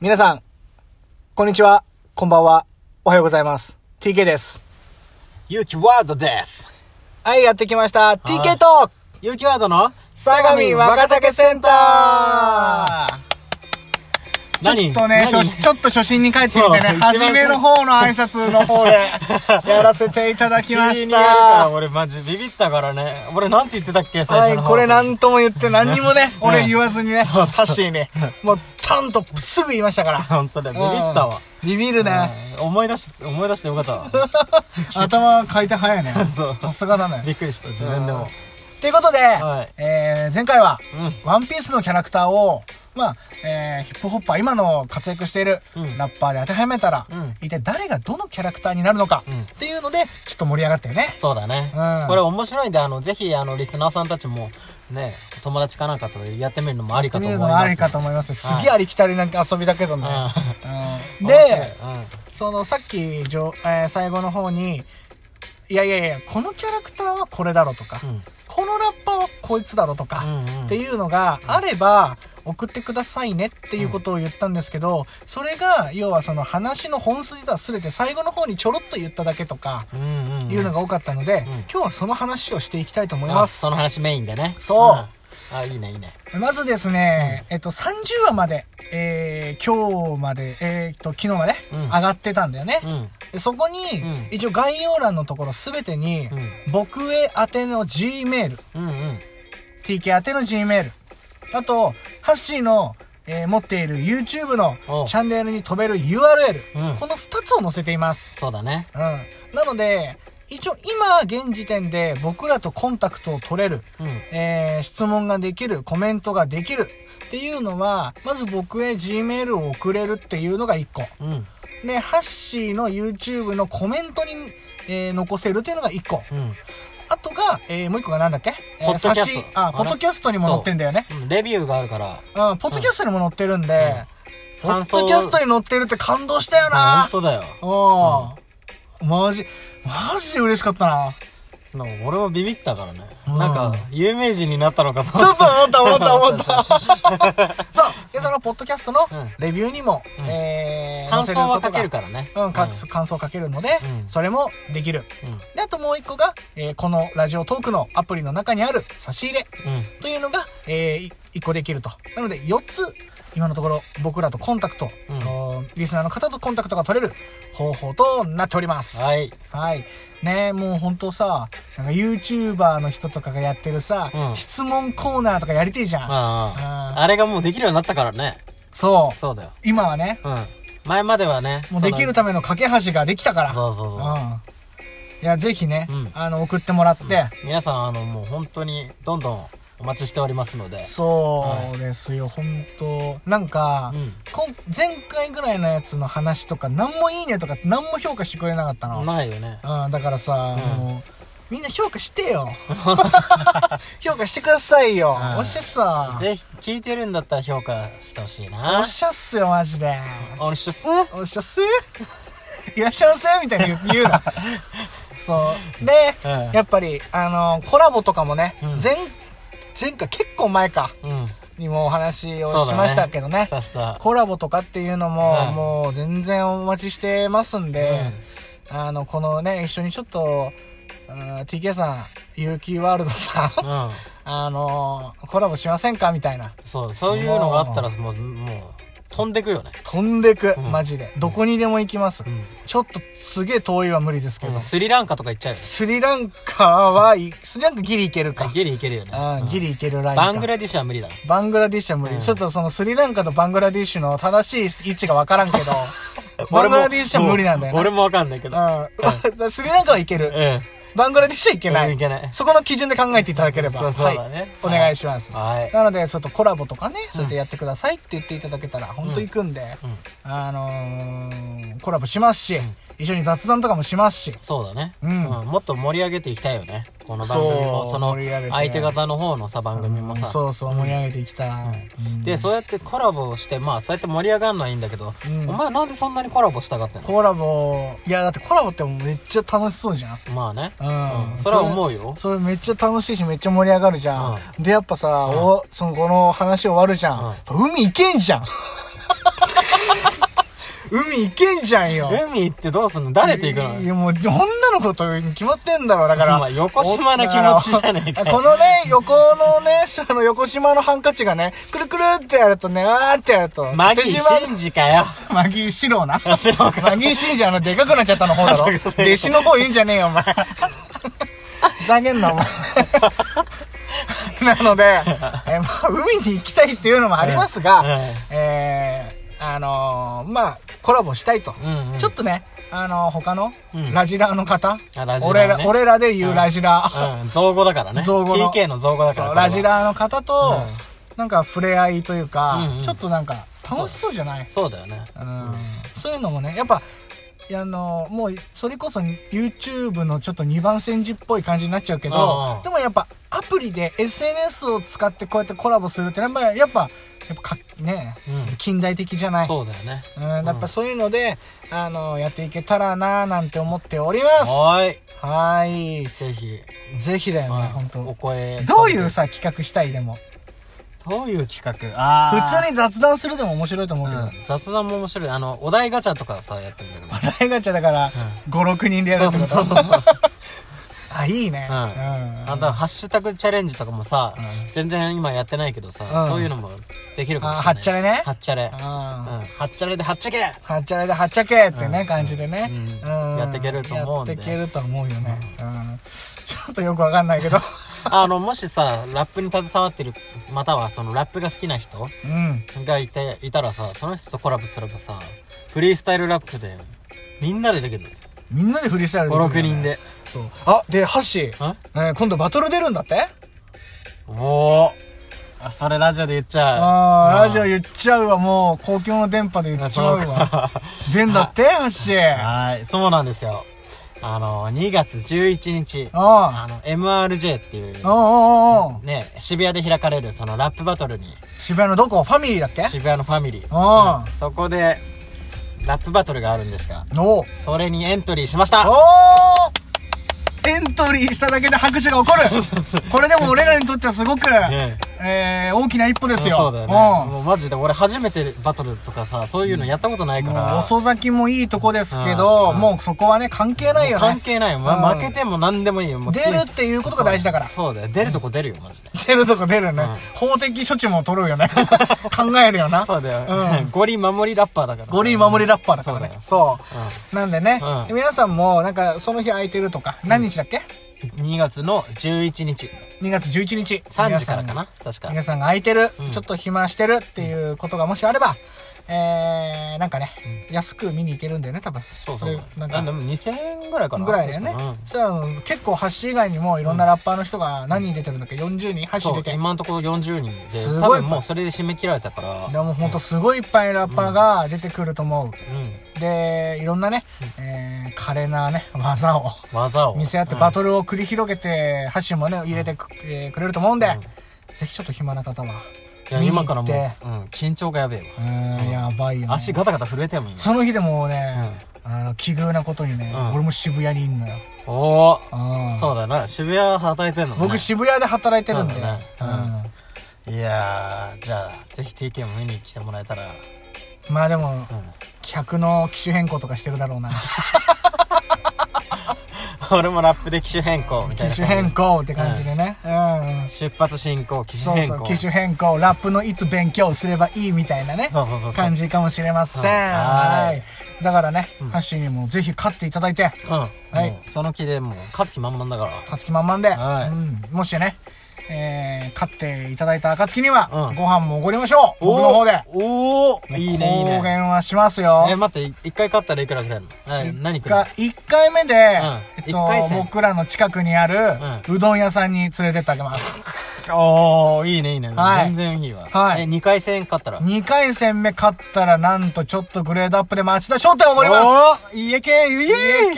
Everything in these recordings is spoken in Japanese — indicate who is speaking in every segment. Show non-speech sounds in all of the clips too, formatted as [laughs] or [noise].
Speaker 1: 皆さん、こんにちは、こんばんは、おはようございます。TK です。
Speaker 2: ゆうきワードです。
Speaker 1: はい、やってきました。TK と、
Speaker 2: ゆうきワードの
Speaker 1: 相模若竹センタ
Speaker 2: ー何
Speaker 1: ちょっとね、
Speaker 2: 何
Speaker 1: 初ちょっと初心に帰ってきて
Speaker 2: そう
Speaker 1: ね
Speaker 2: 一、番
Speaker 1: 初めの方の挨拶の方で、 [laughs] やらせていただきま
Speaker 2: 急
Speaker 1: し
Speaker 2: にやるから
Speaker 1: た。
Speaker 2: 俺マジビビったからね。俺なんて言ってたっけ最
Speaker 1: は
Speaker 2: 初
Speaker 1: い、
Speaker 2: の方
Speaker 1: これ何とも言って、何にもね、
Speaker 2: ん
Speaker 1: 俺言わずにね、ハッシーに、もう、ちゃんとすぐ言いましたから。
Speaker 2: [laughs] 本当だよ。ビビったわ。
Speaker 1: うん。ビビるね。
Speaker 2: 思い出し、思い出してよ
Speaker 1: [laughs]
Speaker 2: かったわ。
Speaker 1: 頭回転 [laughs] 早いね。
Speaker 2: そう
Speaker 1: さすがだね。
Speaker 2: びっくりした、自分でも。
Speaker 1: ということで、
Speaker 2: はい
Speaker 1: えー前回は、
Speaker 2: う
Speaker 1: ワンピースのキャラクターを、まあ、えーヒップホッパー、今の活躍している
Speaker 2: うん
Speaker 1: ラッパーで当てはめたら、
Speaker 2: うん
Speaker 1: 一体誰がどのキャラクターになるのか、
Speaker 2: うん
Speaker 1: っていうので、ちょっと盛り上がったよね。
Speaker 2: そうだね
Speaker 1: うん。
Speaker 2: これ面白いんで、あの、ぜひ、あの、リスナーさんたちも、ね、友達かなんかとやってみるのもありかと
Speaker 1: 見
Speaker 2: 思
Speaker 1: る
Speaker 2: い
Speaker 1: の
Speaker 2: ます。
Speaker 1: がありかと思います。すげえありきたりな遊びだけどね。うん
Speaker 2: [laughs] うん。
Speaker 1: で、
Speaker 2: 面白いうん
Speaker 1: そのさっきじょ、えー最後の方に、いやいやいや、このキャラクターはこれだろとか、
Speaker 2: うん
Speaker 1: このラッパーはこいつだろとか、
Speaker 2: うんうん
Speaker 1: っていうのがあれば、送ってくださいねっていうことを言ったんですけど、それが、要はその話の本筋とはすれて最後の方にちょろっと言っただけとか、
Speaker 2: うんうんうん。
Speaker 1: いうのが多かったので、
Speaker 2: ん
Speaker 1: 今日はその話をしていきたいと思い
Speaker 2: あ
Speaker 1: ます
Speaker 2: そ。の話メインでね。。
Speaker 1: そうん
Speaker 2: あ、いいね、いいね。
Speaker 1: まずですね、えっと、30話まで、えー、今日まで、えー、っと、昨日まで、
Speaker 2: うん
Speaker 1: 上がってたんだよね。
Speaker 2: うん。
Speaker 1: でそこに、
Speaker 2: うん
Speaker 1: 一応概要欄のところすべてに、
Speaker 2: うん
Speaker 1: 僕へ宛ての G メール、
Speaker 2: うんうん。
Speaker 1: TK 宛ての G メール、あと、ハッシーの、えー持っている YouTube の
Speaker 2: おう
Speaker 1: チャンネルに飛べる URL、
Speaker 2: うん
Speaker 1: この2つを載せています。
Speaker 2: そうだね。
Speaker 1: うん。なので、一応今現時点で僕らとコンタクトを取れる、
Speaker 2: うん。
Speaker 1: えー質問ができる、コメントができるっていうのは、まず僕へ G メールを送れるっていうのが1個。
Speaker 2: うん。
Speaker 1: で、ハッシーの YouTube のコメントに、えー残せるっていうのが1個。
Speaker 2: う
Speaker 1: あとが、えーもう1個がなんだっけえー
Speaker 2: ポッドキャスト
Speaker 1: 差しあ、
Speaker 2: あれ
Speaker 1: ポッドキャストにも載ってんだよね。
Speaker 2: ん。レビューがあるから。
Speaker 1: うん、ポッドキャストにも載ってるんで、
Speaker 2: うん
Speaker 1: ポッドキャストに載ってるって感動したよ
Speaker 2: あ
Speaker 1: な
Speaker 2: 本当だよ。
Speaker 1: おー、マジ、マジで嬉しかったな。
Speaker 2: なんか俺もビビったからね。
Speaker 1: うん
Speaker 2: なんか、有名人になったのかと
Speaker 1: ちょ
Speaker 2: 思
Speaker 1: っと思った思った思った。そう。で、そのポッドキャストの
Speaker 2: うん
Speaker 1: レビューにも、
Speaker 2: うん
Speaker 1: えー、
Speaker 2: 感想は
Speaker 1: 載せ
Speaker 2: 書け
Speaker 1: る
Speaker 2: る
Speaker 1: こ
Speaker 2: からね。
Speaker 1: とが。うん、かつ感想を書けるので、
Speaker 2: うん
Speaker 1: それもできる。
Speaker 2: うん。
Speaker 1: で、あともう一個が、えーこのラジオトークのアプリの中にある差し入れ
Speaker 2: うん。
Speaker 1: というのが、えー、1個できると。なので、4つ、今のところ僕らとコンタクト、
Speaker 2: うん
Speaker 1: おリスナーの方とコンタクトが取れる方法となっております。
Speaker 2: はい。
Speaker 1: はい。ねえ、もうほんとさ、なんか YouTuber の人とかがやってるさ、
Speaker 2: うん
Speaker 1: 質問コーナーとかやりてえじゃん。
Speaker 2: あ
Speaker 1: うん
Speaker 2: あ。あれがもうできるようになったからね。
Speaker 1: そう。
Speaker 2: そうだよ。
Speaker 1: 今はね、
Speaker 2: うん。前まではね。
Speaker 1: もうできるための架け橋ができたから。
Speaker 2: その。そうそう
Speaker 1: う
Speaker 2: そ
Speaker 1: ん。いや、ぜひね、
Speaker 2: うん
Speaker 1: あの、送ってもらって。
Speaker 2: う。皆さん、あの、もう本当に、どんどんお待ちしておりますので。
Speaker 1: そうですよ、ほんと。なんか、
Speaker 2: うん
Speaker 1: こん前回ぐらいのやつの話とか、何もいいねとか、何も評価してくれなかったの。
Speaker 2: ないよね。
Speaker 1: うん、だからさ、
Speaker 2: うん
Speaker 1: もう、みんな評価してよ。 [laughs] 評価してくださいよ。
Speaker 2: うん
Speaker 1: おっしゃっさ。
Speaker 2: ぜひ、聞いてるんだったら評価してほしい
Speaker 1: お
Speaker 2: な
Speaker 1: っ。しゃっすよ、マジで。
Speaker 2: おっしゃっす
Speaker 1: おっしゃっす [laughs] いらっしゃいませみたいに言う言うな。そう。で、
Speaker 2: うん
Speaker 1: やっぱり、あのコラボとかもね、
Speaker 2: うん
Speaker 1: 前、前回結構前か、
Speaker 2: うん。
Speaker 1: にもお話
Speaker 2: そ
Speaker 1: を
Speaker 2: うだね
Speaker 1: しましたけどね。
Speaker 2: さした。
Speaker 1: コラボとかっていうのも、
Speaker 2: うん
Speaker 1: もう全然お待ちしてますんで、あの、このね、一緒にちょっと、うん TK さん、有機ワールドさん、
Speaker 2: うん。
Speaker 1: あのコラボしませんかみたいな。
Speaker 2: そう、そういうのがあったら、もう、もう、飛んでくよね。
Speaker 1: 飛んでく、
Speaker 2: うん
Speaker 1: マジで。どこにでも行きます。
Speaker 2: ん
Speaker 1: ちょっと、すげえ遠いは無理ですけど。
Speaker 2: スリランカとか行っちゃうよね。
Speaker 1: スリランカはい、スリランカギリ行けるか。
Speaker 2: ギリ行けるよね。
Speaker 1: うん、ギリ行けるラインか。
Speaker 2: バングラディッシュは無理だ。
Speaker 1: バングラディッシュは無理、
Speaker 2: うん
Speaker 1: ちょっとそのスリランカとバングラディッシュの正しい位置がわからんけど、バ
Speaker 2: [laughs] 俺
Speaker 1: ング
Speaker 2: も
Speaker 1: ラディッシュは無理なんだよ、ね。
Speaker 2: 俺もわかんないけど。
Speaker 1: [laughs] うん。スリランカはいける。
Speaker 2: うん。
Speaker 1: バングラディッシュはいけな
Speaker 2: う
Speaker 1: い。
Speaker 2: んいけない
Speaker 1: そこの基準で考えていただければ。
Speaker 2: そうそうだね
Speaker 1: はい。お願いします。
Speaker 2: はい。
Speaker 1: なので、ちょっとコラボとかね、そうやってやってくださいって言っていただけたら、本当行くんで、あのー、コラボしますし、一緒に雑談とかもしますし、
Speaker 2: そうだね。
Speaker 1: う
Speaker 2: うんん。もっと盛り上げていきたいよね。この番組
Speaker 1: そう
Speaker 2: も、その
Speaker 1: 盛り上げて、
Speaker 2: 相手方の方のさ、番組もさ。
Speaker 1: そうそう盛り上げていきたい。うん
Speaker 2: で、そうやってコラボして、まあ、そうやって盛り上がるのはいいんだけど、
Speaker 1: うん
Speaker 2: お前なんでそんなにコラボしたかったの
Speaker 1: コラボ、いや、だってコラボってもうめっちゃ楽しそうじゃん。
Speaker 2: まあね。
Speaker 1: うん
Speaker 2: それは思うよ。
Speaker 1: それめっちゃ楽しいしめっちゃ盛り上がるじゃん、でやっぱさ、おそのこの話終わるじゃん、
Speaker 2: うん [laughs]
Speaker 1: 海行けんじゃん海行けんじゃんよ。
Speaker 2: 海行ってどうすんの誰と行くの
Speaker 1: いや、もう、女の子と決まってんだろ、だから。
Speaker 2: まあ横島な気持ちじゃねえか
Speaker 1: このね、横のね、その横島のハンカチがね、くるくるってやるとね、あーってやると。
Speaker 2: マギー
Speaker 1: 手島
Speaker 2: シンジかよ。
Speaker 1: [laughs] マギーシローな。
Speaker 2: シロー
Speaker 1: マギーシンジあの、でかくなっちゃったの方だろ。
Speaker 2: そうかそうか
Speaker 1: 弟子の方いいんじゃねえよ、お
Speaker 2: [laughs]
Speaker 1: 前。ふざけんな、お前。 [laughs] な
Speaker 2: [laughs]
Speaker 1: ので、えまあ、海に行きたいっていうのもありますが、
Speaker 2: うんうん
Speaker 1: えー、あのーまあ、コラボしたいと。
Speaker 2: うんうん
Speaker 1: ちょっとね、あのー他の
Speaker 2: うん
Speaker 1: ラジラーの方、
Speaker 2: あラジラーね
Speaker 1: 俺ら、俺らで言うラジラー、
Speaker 2: うん、造語だからね。
Speaker 1: 造語の
Speaker 2: TK の造語だから。
Speaker 1: そ
Speaker 2: こ
Speaker 1: う
Speaker 2: れは
Speaker 1: ラジラーの方と、なんか触れ合いというか、
Speaker 2: うんうん
Speaker 1: ちょっとなんか楽しそうじゃない
Speaker 2: そうだよね。
Speaker 1: うんそういうのもね、やっぱ、いやあのもうそれこそ YouTube のちょっと2番煎じっぽい感じになっちゃうけ
Speaker 2: うんう
Speaker 1: ど
Speaker 2: ん
Speaker 1: でもやっぱアプリで SNS を使ってこうやってコラボするってのはやっぱやっぱやっぱかね、
Speaker 2: うん
Speaker 1: 近代的じゃない
Speaker 2: そうだよね。
Speaker 1: うん、やっぱそういうので、あのやっていけたらなーなんて思っております
Speaker 2: はーい。
Speaker 1: はーい
Speaker 2: ぜひ、
Speaker 1: ぜひだよね、
Speaker 2: はい
Speaker 1: 本当
Speaker 2: お声。
Speaker 1: どういうさ企画したいでも
Speaker 2: どういう企画あ
Speaker 1: 普
Speaker 2: ー
Speaker 1: 通に雑談するでも面白いと思うけど、
Speaker 2: うん、雑談も面白い。あの、お題ガチャとかさ、やってるんだ
Speaker 1: 大ガチャだから、56人で
Speaker 2: け
Speaker 1: やる
Speaker 2: ど。
Speaker 1: ってこと
Speaker 2: そうそうそう。
Speaker 1: [laughs] あいいね
Speaker 2: うん
Speaker 1: うん
Speaker 2: あと、ハッシュタグチャレンジとかもさ、全然今やってないけどさ、
Speaker 1: うん
Speaker 2: そういうのもできるかもしれない。
Speaker 1: あはっちゃれね
Speaker 2: はっちゃれ。うん。
Speaker 1: は
Speaker 2: はっちゃれではっちゃけ
Speaker 1: っちゃらではっちゃけってね、感じでね、
Speaker 2: うんやっていけると思うんで
Speaker 1: やっていけると思うよね、うんちょっとよくわかんない
Speaker 2: [laughs]
Speaker 1: けど
Speaker 2: あの、もしさ、ラップに携わってる、またはそのラップが好きな人
Speaker 1: うん
Speaker 2: がいて、いたらさ、その人とコラボすればさ、フリースタイルラップで、みんなでできるんですよ。
Speaker 1: みんなでフリースタイル
Speaker 2: 5、
Speaker 1: き
Speaker 2: 6
Speaker 1: るよ
Speaker 2: 人
Speaker 1: ね
Speaker 2: で。
Speaker 1: そうあでハッシー、
Speaker 2: ん
Speaker 1: えー今度バトル出るんだって
Speaker 2: おーあ、それラジオで言っちゃう。
Speaker 1: ああラジオ
Speaker 2: 言っ
Speaker 1: 言っちゃうわもう公共の電波で言っちゃうわ出んだってハッシーあ
Speaker 2: [laughs] はい、そうなんですよ。あの、2月11日、
Speaker 1: あ
Speaker 2: あの、MRJ ってい
Speaker 1: お
Speaker 2: う、
Speaker 1: おおうおう
Speaker 2: ね、渋谷で開かれるそのラップバトルに、
Speaker 1: 渋谷のどこファミリーだっけ
Speaker 2: 渋谷のファミリー、
Speaker 1: ああ
Speaker 2: そこで、ラップバトルがあるんですが、
Speaker 1: おお
Speaker 2: それにエントリーしました
Speaker 1: おーエントリーしただけで拍手が起こるこれでも俺らにとってはすごく、
Speaker 2: ね
Speaker 1: えー大きな一歩ですよ
Speaker 2: そうだよね。もうマジで俺初めてバトルとかさ、そういうのやったことない
Speaker 1: うん
Speaker 2: か
Speaker 1: も
Speaker 2: ら。
Speaker 1: う遅咲きもいいとこですけど、
Speaker 2: うん
Speaker 1: もうそこはね関係ないよ
Speaker 2: 関
Speaker 1: ね
Speaker 2: 係ないよ。ま
Speaker 1: うん
Speaker 2: 負けても何でもいいよ。もう
Speaker 1: 出るっていうことが大事だから
Speaker 2: そうそうだよ。出るとこ出るよ、マジで。
Speaker 1: 出るとこ出るね、法的処置も取るよね [laughs] 考えるよな
Speaker 2: そうだよ。ゴリ守りラッパーだから。
Speaker 1: ゴリ守りラッパーだからね
Speaker 2: そうだよ
Speaker 1: そうなんでね、
Speaker 2: うん
Speaker 1: 皆さんもなんかその日空いてるとか何日だっけ、
Speaker 2: 2月の11日、
Speaker 1: 2月11日
Speaker 2: 3時からかな確か。
Speaker 1: 皆さんが空いてる、ちょっと暇してるっていうことがもしあれば、えー、なんかね、安く見に行けるんだよね、多分。
Speaker 2: そうそう
Speaker 1: れ。なん
Speaker 2: あで
Speaker 1: か、
Speaker 2: も2000円ぐらいかな。
Speaker 1: ぐらいだよね
Speaker 2: 確か。
Speaker 1: そしたらもう結構、ハッシー以外にもいろんなラッパーの人が何人出てるんだっけ ?40 人ハッシー
Speaker 2: そ
Speaker 1: 出
Speaker 2: う
Speaker 1: て。、で
Speaker 2: 今のところ40人
Speaker 1: すご
Speaker 2: で、
Speaker 1: い
Speaker 2: 多分もうそれで締め切られたから、
Speaker 1: もうほんとすごいいっぱいラッパーが出てくると思う。
Speaker 2: うん、
Speaker 1: で、いろんなね、えー、華麗なね、技を
Speaker 2: 技を。
Speaker 1: 見せ合って
Speaker 2: うん
Speaker 1: バトルを繰り広げて、ハッシーもね、入れてく,、えーくれると思うんで、ぜひちょっと暇な方は。
Speaker 2: いや今からもう、
Speaker 1: 見
Speaker 2: う
Speaker 1: に行
Speaker 2: ん
Speaker 1: っ、
Speaker 2: 緊張がやべえわ。
Speaker 1: うーん、やばいよ、ね。
Speaker 2: 足ガタガタ震えてもん今。
Speaker 1: その日でもうね、あの奇遇なことにね、
Speaker 2: うん
Speaker 1: 俺も渋谷にいんのよ、
Speaker 2: おー
Speaker 1: うん
Speaker 2: そうだよな。渋谷働いてんのもね
Speaker 1: 僕渋谷で働いてるんで、
Speaker 2: そうだねいやー、じゃあ、ぜひ TK も見に来てもらえたら。 [laughs]
Speaker 1: うんまあでも、
Speaker 2: ん
Speaker 1: 客の機種変更とかしてるだ
Speaker 2: [laughs]
Speaker 1: ろうな
Speaker 2: 俺もラップで機種変更みたいな。
Speaker 1: 機種変。更って感じでね、うんうん
Speaker 2: 出発進行、機
Speaker 1: そ
Speaker 2: 種
Speaker 1: う
Speaker 2: 変
Speaker 1: そう
Speaker 2: 更。
Speaker 1: 機種変更ラップのいつ勉強すればいいみたいなね
Speaker 2: そうそうそうそう
Speaker 1: 感じかもしれません、
Speaker 2: うんは
Speaker 1: はいいだからね、ハッシーにもぜひ勝っていただいて
Speaker 2: うん。
Speaker 1: はい
Speaker 2: もうその気でもう、勝つ気満々だから。
Speaker 1: 勝つ気満々で、
Speaker 2: はい
Speaker 1: うん、もしね、えー勝っていただいた暁には、
Speaker 2: うん
Speaker 1: ご飯もおごりましょう僕の方で
Speaker 2: おーいいね、いい
Speaker 1: 公
Speaker 2: ね。
Speaker 1: 言はしますよ。
Speaker 2: え、待って、い一回勝ったらいくらくれるのえ、何くれる
Speaker 1: が
Speaker 2: の
Speaker 1: 一回目で、えっ
Speaker 2: 一
Speaker 1: と
Speaker 2: 回、戦
Speaker 1: 僕らの近くにある、うどん屋さんに連れてってあげます。
Speaker 2: おー、いいね、いいね。
Speaker 1: はい
Speaker 2: 全然いいわ。
Speaker 1: はい
Speaker 2: え、2回戦勝ったら。
Speaker 1: 二回戦目勝ったら、なんとちょっとグレードアップで町田商店おごります
Speaker 2: おー、いえけー、い
Speaker 1: い
Speaker 2: え
Speaker 1: え
Speaker 2: け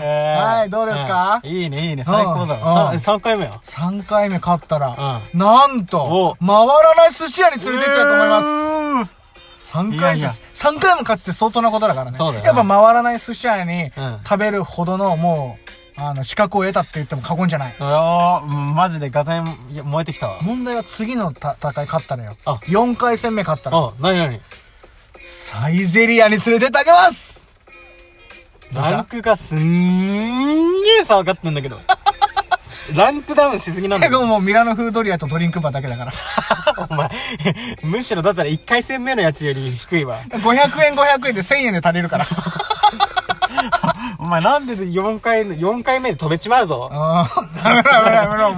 Speaker 1: けはい、どうですか
Speaker 2: いいね、いいね、最高だわ。
Speaker 1: うん
Speaker 2: さ3回目よ。
Speaker 1: 三回目勝ったら、なんと、回らない寿司屋に連れてっちゃうと思います。
Speaker 2: ます。
Speaker 1: 三
Speaker 2: いや
Speaker 1: 回
Speaker 2: い
Speaker 1: 目
Speaker 2: や、
Speaker 1: 三回も勝つって相当なことだからね。
Speaker 2: そうだよ
Speaker 1: やっぱ回らない寿司屋に
Speaker 2: ん
Speaker 1: 食べるほどの、もう、あの、資格を得たって言っても過言じゃない。
Speaker 2: あー、うんマジでガタイ燃えてきたわ。
Speaker 1: 問題は次のた戦い勝ったのよ。
Speaker 2: あ
Speaker 1: 4回戦目勝ったら、
Speaker 2: あ、なになに
Speaker 1: サイゼリアに連れてってあげますどうした
Speaker 2: ランクがすんげえ差分かってん
Speaker 1: [laughs]
Speaker 2: だけど。ランクダウンしすぎなんだ
Speaker 1: 最
Speaker 2: けど。
Speaker 1: 後もうミラノフードリアとドリンクバーだけだから。
Speaker 2: お前、 [laughs] むしろだったら1回戦目のやつより低いわ。
Speaker 1: 500円500円で1000円で足りる
Speaker 2: [laughs]
Speaker 1: から。
Speaker 2: お前なんで4回、4回目で飛べちまうぞ。
Speaker 1: うん。ダメだダメだダメだお前。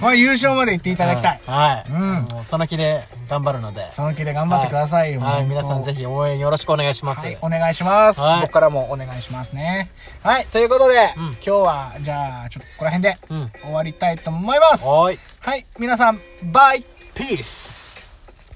Speaker 1: まあ優勝まで行っていただきたい。
Speaker 2: はい。
Speaker 1: うん
Speaker 2: もうその気で頑張るので。
Speaker 1: その気で頑張ってくださいよ。
Speaker 2: はい、
Speaker 1: もう
Speaker 2: 皆さんぜひ応援よろしくお願いします。
Speaker 1: はい、お願いします、
Speaker 2: はい
Speaker 1: 僕からもお願いしますね。はい、ということで、
Speaker 2: うん
Speaker 1: 今日は、じゃあ、ちょっとここら辺で
Speaker 2: うん
Speaker 1: 終わりたいと思います。
Speaker 2: はーい。
Speaker 1: はい、皆さん、バイ
Speaker 2: ピース